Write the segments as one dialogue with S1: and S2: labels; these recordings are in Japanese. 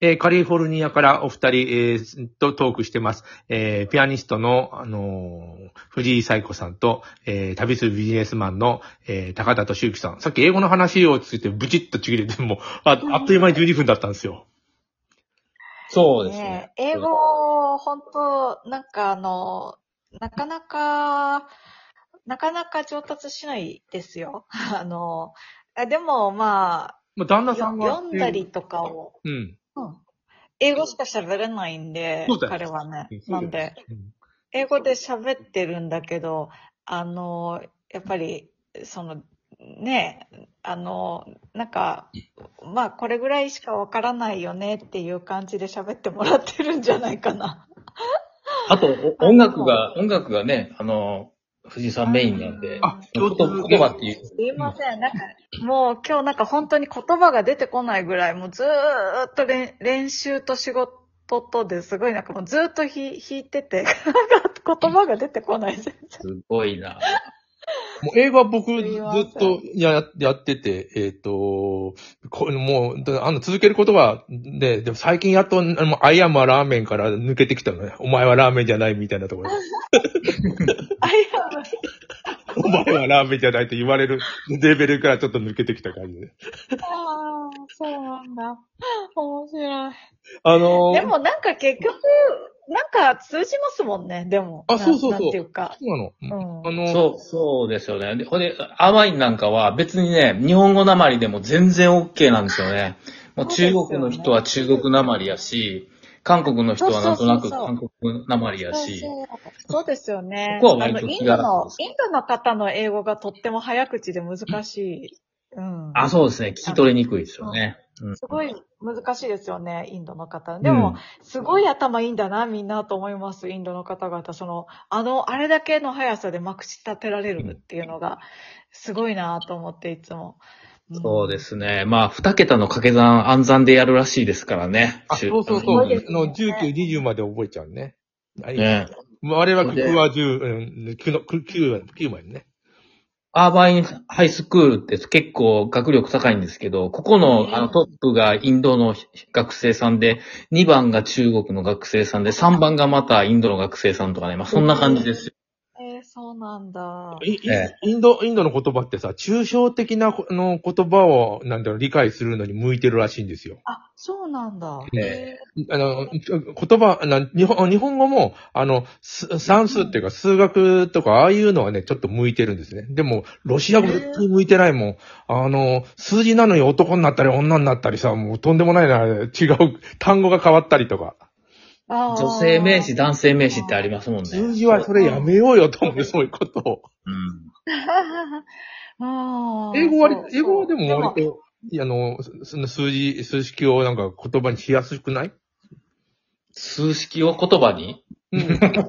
S1: えーカリフォルニアからお二人、えーとトークしてます。えーピアニストの、あのー藤井彩子さんと、えー旅するビジネスマンの、えー高田敏之さん。さっき英語の話をついてブチッとちぎれて、もうあ、あっという間に12分だったんですよ。
S2: そうですね
S3: ね。英語、本当なんかあの、なかなか、なかなか上達しないですよ。 あの、あでもま
S1: まあ、旦
S3: あ、
S1: 那
S3: よ
S1: さんは。
S3: 読んだりとかを、
S1: うん。
S3: うん英語しか喋れないんで
S1: そうだ、よ
S3: 彼はね
S1: うん。
S3: なんで、
S1: うん
S3: 英語で喋ってるんだけど、あの、やっぱり、その、ねえ、あの、なんか、まあ、これぐらいしかわからないよねっていう感じで喋ってもらってるんじゃないかな。
S2: あと、お音楽が、音楽がね、あの、藤井さんメインなんで、
S1: あ
S2: 言葉っていう
S3: すいません。なんか、もう今日なんか本当に言葉が出てこないぐらい、もうずーっと練練習と仕事とですごいなんかもうずーっとひ弾いてて、 言葉が出てこない全然。
S2: すごいな。
S1: もう映画僕ず
S3: すいません
S1: っとややってて、えっ、と、こもう、だあの、続けることは、で、でも最近やっと、あの、アイアムはラーメンから抜けてきたのね。お前はラーメンじゃないみたいなと ころ。
S3: あ、いや、
S1: お前はラーメンじゃないって言われるレベルからちょっと抜けてきた感じで。
S3: あーそうなんだ。面白い。
S1: あのー
S3: でもなんか結局、なんか通じますもんね、でも。
S1: あそうそうそう
S3: ななんていうか。
S1: そうなの。
S3: うん
S1: あのー
S2: そう、そうですよね。で、ほんで、アマインなんかは別にね、日本語なまりでも全然 OK なんですよね。もう中国の人は中国なまりやし、韓国の人はなんとな
S3: そ
S2: く
S3: うそうそう
S2: 韓国なまりやし、
S3: そうそうそうですよね。
S2: ここは割と
S3: あのイ
S2: 気
S3: ン
S2: が
S3: ド
S2: 楽
S3: の
S2: です、
S3: インドの方の英語がとっても早口で難しい。うん。
S2: あ、そうですね、聞き取りにくいですよね。うん
S3: すごい難しいですよね、インドの方。でも、すごい頭いいんだな、みんなと思います、インドの方々。その、あの、あれだけの速さでまくし立てられるっていうのが、すごいなと思って、いつも。ん
S2: そうですね。まあ、二桁の掛け算、暗算でやるらしいですからね。
S1: あ、そうそう
S3: す
S1: そう。
S3: ご
S1: あ
S3: いですね
S1: の、19、20まで覚えちゃうね。あいい
S2: ね。
S1: 我々は9は10、うん、9の、9、9 9までね。
S2: アーバインハイスクールって結構学力高いんですけど、ここ
S3: う
S2: の
S3: ん
S2: あのトップがインドの学生さんで、2番が中国の学生さんで、3番がまたインドの学生さんとかね、まあそんな感じですよ。
S3: えー、そうなんだ。
S1: いい
S2: え
S1: インド、インドの言葉ってさ、抽象的なこの言葉を、なんだろう、理解するのに向いてるらしいんですよ。
S3: あ、そうなんだ。
S2: え
S3: え
S1: あの、言葉、な日本日本語も、あの、す算数っていうか数学とか、ああいうのはね、ちょっと向いてるんですね。でも、ロシア語絶対向いてないもん。あの、数字なのに男になったり女になったりさ、もうとんでもないな、違う、単語が変わったりとか。
S3: あー
S2: 女性名詞、 男性名詞ってありますもんね。
S1: 数字はそれやめようよと思う、そういうことを。
S2: うん。
S3: うん
S1: 英語は割と、英語はで
S3: で
S1: も割と、いやあの、そその数字、数式をなんか言葉にしやすくない
S2: 数式を言葉に
S1: うん。
S2: なる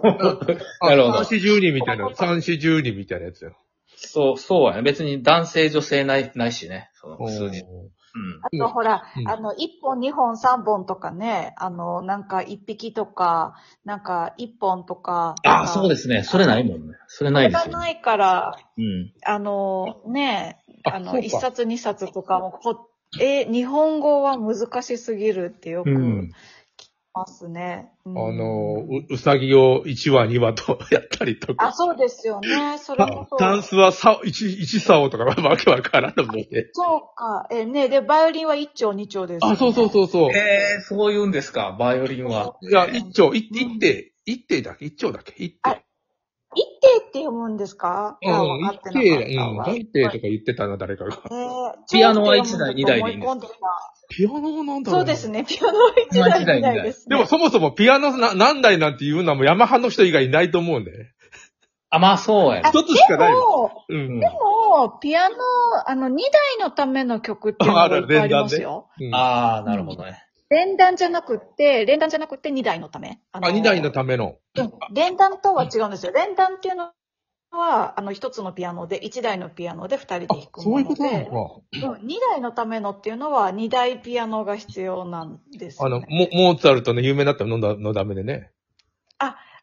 S2: ほど
S1: 三四十二みたいな、三四十二みたいなやつよ。
S2: そう、そうやね。別に男性、女性ない、ないしね。その数字。
S1: うん
S2: うん。
S3: あとほら、
S1: うん
S3: あの、1本、2本、3本とかね、あの、なんか1匹とか、なんか1本とか。。
S2: ああ、そうですすね。それないもんね。それないで
S3: が
S2: すよ、
S3: な
S2: ね。
S3: いから、
S2: うん。
S3: あの、ね、
S1: あ
S3: あ
S1: そ
S3: の、
S1: うか
S3: 1冊、2冊とかもこ、え、日本語は難しすぎるってよく
S2: う
S3: 聞
S2: ん
S3: きますね。
S1: あ
S3: あ
S1: の、う、うさぎを1話2話とやったりと
S3: あ、
S1: か。
S3: そうですよね。それこ
S1: た
S3: そ。
S1: タンスはさ、一、一竿とか、わけわからんのもんね。
S3: そうか。え、ね、で、バイオリンは一丁二丁です、
S1: あ、そうそう
S3: う。
S1: そうそう。
S2: ええそう言うんですか、バイオリンは。
S1: いや、一丁、一、一手、一手だっけ一丁だっけ一手
S3: あ。一丁って読むんですか
S1: うん、
S3: あ
S1: 一
S3: 分かって
S1: 手、
S3: な
S1: う
S3: かった
S1: ん、
S3: わ
S1: 一手とか言ってたな、誰かが。
S3: えー
S2: ピアノは一台二台でいいんです
S3: 思込でた
S1: ピアノなんだろ
S3: そう
S1: な
S3: うですね。ピアノは一台二台です、
S1: で
S3: ね。
S1: もそもそもピアノな何台なんていうのはもうヤマハの人以外いないと思うね。
S2: あ、まあそうやね
S3: あ
S1: 一つしかない
S3: で
S1: わ
S3: も、
S1: うん。
S3: でも、ピアノ、あの、二台のための曲っていうのがいっぱいありますよ。
S1: うんあ、
S2: ああ、なるほどね。
S3: 連弾じゃなくって、連弾じゃなくって二台のため。あ
S1: 二台のための。
S3: うん連弾とは違うんですよ。連弾っていうのは、あの、一つのピアノで、一台のピアノで二人で
S1: あ
S3: 弾、く
S1: そう
S3: も
S1: いう
S3: の
S1: ことなの
S3: で
S1: か、な
S3: うん二台のためのっていうのは、二台ピアノが必要なんです
S1: あ
S3: よ、
S1: の、
S3: ね。
S1: モモーツァルトの有名だったのだのダメでね。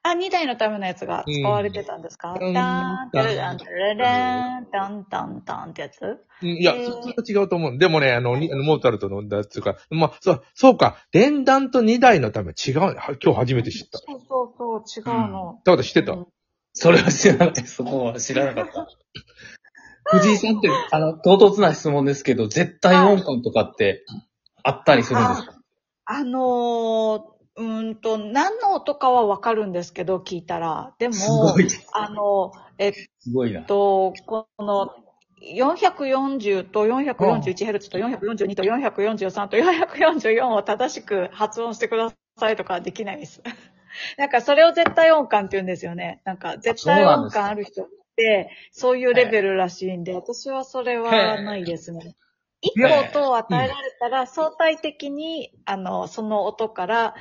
S3: あ、 2台のためのやつが使われてたんですか、
S1: うん
S3: ダーン、ダーン、ダーン、ダーン、ダン、ダン、ダンってやつ
S1: うんいや、
S3: えー
S1: そそれは違うと思う。でもね、あの、にあのモーツァルトの、だっていうか、まあ、そう、そうか、連弾と2台のため違う、は今日初めて知った。
S3: そうそうそう、違うの。
S1: だから知ってた。
S3: うん
S2: それは知らない。そこは知らなかった。 藤井さんって、あの、唐突な質問ですけど、絶対音感とかってあったりするんですか
S3: あのー、うーんと、何の音かはわかるんですけど、聞いたら。でも、
S2: すごい。
S3: あの、えっ
S2: すごいな。
S3: と、この、440と 441Hz と442と443と444を正しく発音してくださいとかはできないです。 なんかそれを絶対音感って言うんですよね。なんか絶対音感ある人ってそういうレベルらしいんで、私はそれはないですね。一個音を与えられたら相対的に、あの、その音から、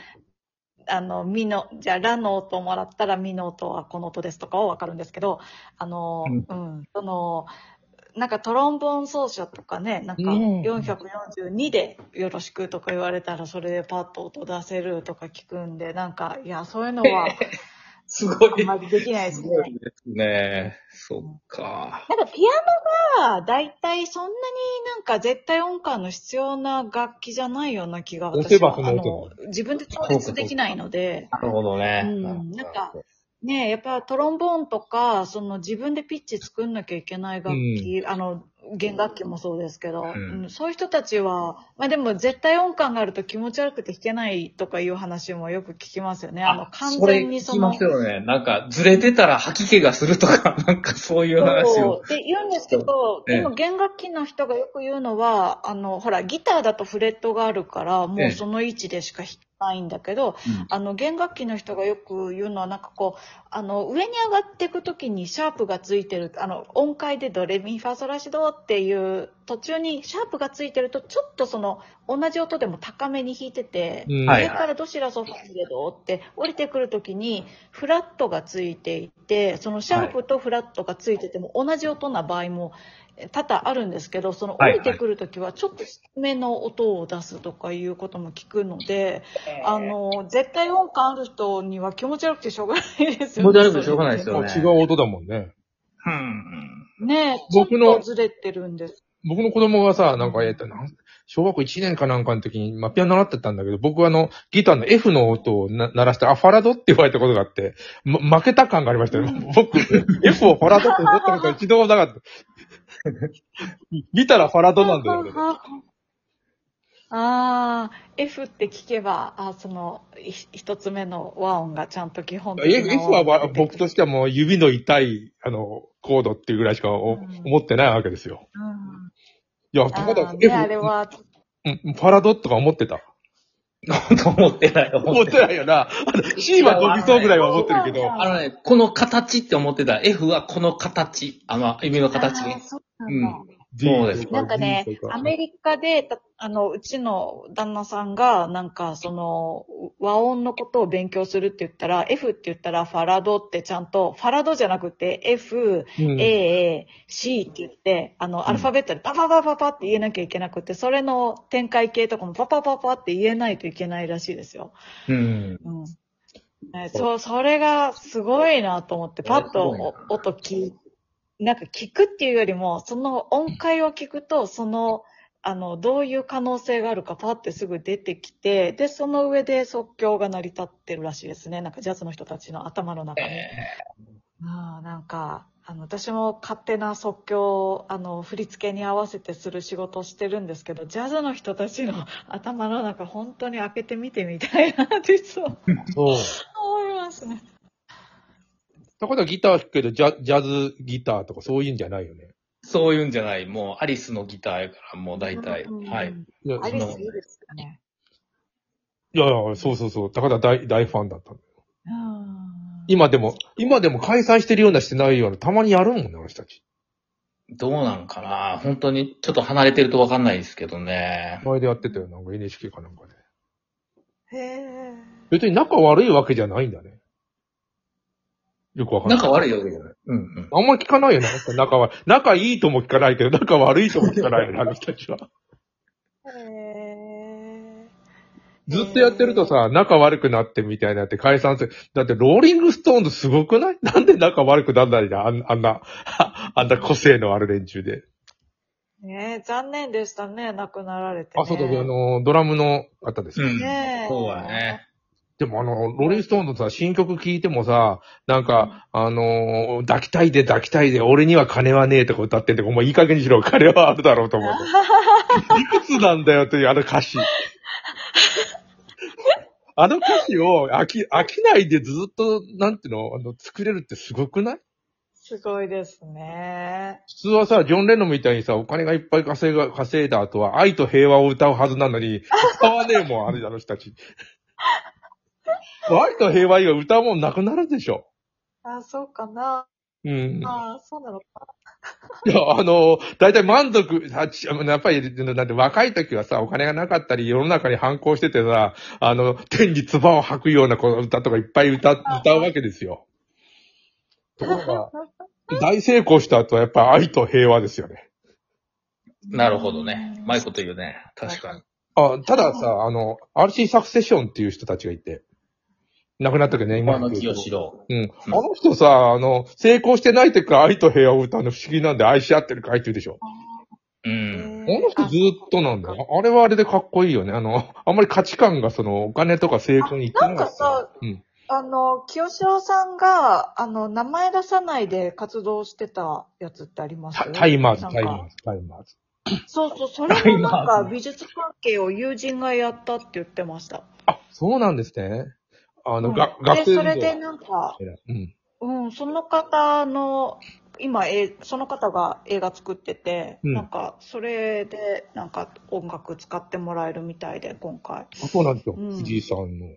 S3: あの、みの、じゃあ、らの音をもらったら、みの音はこの音ですとかはわかるんですけど、あの、
S2: う
S3: うん、その、なんかトロンボーン奏者とかね、なんか
S1: うん
S3: 442でよろしくとか言われたら、それでパッと音出せるとか聞くんで、なんか、いや、そういうのは
S2: すご
S3: あん
S2: い。
S3: まりできないです
S2: す
S3: ね。
S2: ごいですね。そっか。
S3: なんかピアノが大体そんなになんか絶対音感の必要な楽器じゃないような気が
S1: 押せ
S3: 私
S1: ば
S3: は
S1: その
S3: あ
S1: 音
S3: の自分で調律できないので、
S2: なるほどね。
S3: うんなんかねえ、やっぱトロンボーンとか、その自分でピッチ作んなきゃいけない楽器、あの、弦楽器もそうですけど、
S2: ん
S3: うんそういう人たちは、まあでも絶対音感があると気持ち悪くて弾けないとかいう話もよく聞きますよね。あの、完全にそ
S2: それ聞
S3: の
S2: きます、よね。なんか、ずれてたら吐き気がするとか、 なんかそういう話
S3: そ
S2: を。
S3: う。って言うんですけど、
S2: ええ
S3: でも弦楽器の人がよく言うのは、あの、ほら、ギターだとフレットがあるから、
S2: え
S3: も
S2: え
S3: うその位置でしか弾けないんだけど、
S2: うん
S3: あの、弦楽器の人がよく言うのは、なんかこう、あの、上に上がっていくときにシャープがついてる、あの、音階でドレミファソラシドっていう、途中にシャープがついてると、ちょっとその、同じ音でも高めに弾いてて、
S1: うん
S2: はい
S3: 上からどしらソファミレドって降りてくるときにフラットがついていて、そのシャープとフラットがついてても同じ音な場合もえ多々あるんですけど、その降
S2: はい
S3: りてくるときはちょっと低めの音を出すとかいうことも聞くので、あの、絶対音感ある人には気持ち悪くてしょうがないですよね。
S2: 気持ち悪くてしょうがないですよ
S1: もう
S2: ね
S1: 違う音だもんね。
S2: うん。
S3: ねえ、ちょっ
S1: 僕の
S3: とずれてるんです。
S1: 僕の子供がさ、なんか、えっと、なん小学校1年かなんかの時に、まあ、ピアノ習ってたんだけど、僕はあの、ギターの F の音をな鳴らして、あ、ファラドって言われたことがあって、ま、負けた感がありましたよ。僕、F をファラドって思ったことは一度もなかった。 ギターはファラドなんだよ。俺
S3: ああ、F って聞けば、あその、い一つ目の和音がちゃんと基本的
S1: F
S3: な和音
S1: F はわ僕としてはもう指の痛い、あの、コードっていうぐらいしかお
S3: うん
S1: 思ってないわけですよ。
S3: うん
S1: いや、
S3: あ
S1: ただ
S3: ーね、あれ
S1: F、
S3: は、
S1: うんファラドとか思ってた。
S2: と思ってない、思
S1: 思
S2: っ
S1: っててないよな。あの C は伸びそうぐらいは思ってるけど。
S2: あのね、この形って思ってた。F はこの形。あの、指の形
S3: あ
S2: ね
S3: ー。そうなんだ。
S2: うんそうです
S3: なんかね、アメリカで、たあの、うちの旦那さんが、なんか、その、和音のことを勉強するって言ったら、F って言ったら、ファラドってちゃんと、ファラドじゃなくて、F、
S1: うん、
S3: A、C って言って、あの、アルファベットでパパパパパって言えなきゃいけなくて、それの展開系とかもパパパパって言えないといけないらしいですよ。
S2: うん。
S3: うん。ねそう、それがすごいなと思って、パッと
S2: すごいな
S3: お音聞い、なんか聞くっていうよりも、その音階を聞くと、その、あの、どういう可能性があるかパッてすぐ出てきて、で、その上で即興が成り立ってるらしいですね。なんかジャズの人たちの頭の中に。ああ、なんか、あの、私も勝手な即興を、あの、振り付けに合わせてする仕事をしてるんですけど、ジャズの人たちの頭の中、本当に開けてみてみたいな って、そう、
S1: そう。
S3: 思いますね。
S1: だからギター弾くけど、ジャジャズギターとかそういうんじゃないよね。
S2: そういうんじゃない。もう、アリスのギターやから、もう大体。
S3: うん
S2: はい。。
S1: いや、
S3: ア
S1: そん
S3: リ
S1: な
S3: スいいですよね。
S1: いやいや、そうそうそう。だから大大ファンだった。
S3: うん。
S1: 今でも、今でも開催してるようなしてないような、たまにやるもんね、あの人たち。
S2: どうなんかな本当に、ちょっと離れてるとわかんないですけどね。
S1: 前でやってたよ、なんか NHK かなんかで。
S3: へえ。
S1: 別に仲悪いわけじゃないんだね。よくわかんない。
S2: 仲悪いわけじゃない。うんうん。
S1: あんまり聞かないよね、あの人仲悪い。仲いいとも聞かないけど、仲悪いとも聞かないよね、あの人たちは。
S3: へえ。
S1: ずっとやってるとさ、仲悪くなってみたいになって解散する。だって、ローリングストーンズすごくない なんで仲悪くなんないんだあんあんな、 あんな個性のある連中で。
S3: ねえ、残念でしたね、亡くなられて、ね。
S1: あ、そうだ、あの、ドラムの方です
S2: う
S1: よ。
S2: ん。
S3: ねえ
S2: そうだね。
S1: でもあの、ローリングストーンズさ、新曲聴いてもさ、なんか、あの抱きたいで抱きたいで、俺には金はねえとか歌ってんで、お前いい加減にしろ、金はあるだろうと思って。いくつなんだよという、あの歌詞。あの歌詞を飽き、飽きないでずっと、なんていうの、あの、作れるってすごくない
S3: すごいですね。
S1: 普通はさ、ジョン・レノンみたいにさ、お金がいっぱい稼いが稼いだ後は、愛と平和を歌うはずなのに、歌わねえもん、あれ、あの人たち。もう愛と平和以外歌うもんなくなるでしょ。
S3: あ、そうかな。
S1: うん。
S3: あ、そうなのか。
S1: いや、あの、大体満足、あちやっぱり、なんて若い時はさ、お金がなかったり、世の中に反抗しててさ、あの、天に唾を吐くようなこの歌とかいっぱい歌、歌うわけですよ。ところが、大成功した後はやっぱ愛と平和ですよね。
S2: なるほどね。うまいこと言うね。確かに。
S1: あ、たださ、あの、RC サクセションっていう人たちがいて、亡くなったけどね、
S2: 今
S1: の
S2: の清志郎。
S1: うん。あの人さ、あの、成功してない時から愛と平和を歌うの不思議なんで愛し合ってるかいって言うでしょ。
S2: う
S3: あ
S2: ん。
S1: あの人ずーっとなんだよ。ああれはあれでかっこいいよね。あの、あんまり価値観がその、お金とか成功にいってな
S3: なん
S1: か
S3: か
S1: った。
S3: さ、
S1: うん。
S3: あの、清志郎さんが、あの、名前出さないで活動してたやつってあります
S1: タタイマーズ、
S3: なん
S1: タ
S3: か
S1: イマーズ、タイマーズ。
S3: そうそう、それもなんか美術関係を友人がやったって言ってました。
S1: あ、そうなんですね。あの、が、
S3: うん
S1: 学生
S3: で、そ
S1: 運動
S3: れでなんか、
S1: うん。
S3: うん、その方の、今、えその方が映画作ってて、
S1: うん
S3: なんか、それで、なんか、音楽使ってもらえるみたいで、今回。
S1: あそうなんですよ。
S3: うん
S1: 藤井さんの。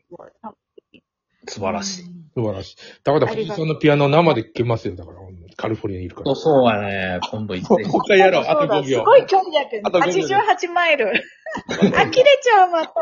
S2: 素晴らしい。
S3: い。
S1: 素晴らしい。だから
S3: あ
S1: 藤
S3: り
S1: 井
S3: が
S1: さ
S3: とうん
S1: のピアノ生で聴けますよ。だから、カリフォルニアにいるから
S2: そう。そうやね。今度行って。
S1: もう一回やろう。あと5
S3: す
S1: 秒。
S3: ごい距離だけ
S1: あと
S3: ど、
S1: 5秒
S3: 88マイル。あ、切れちゃう、また。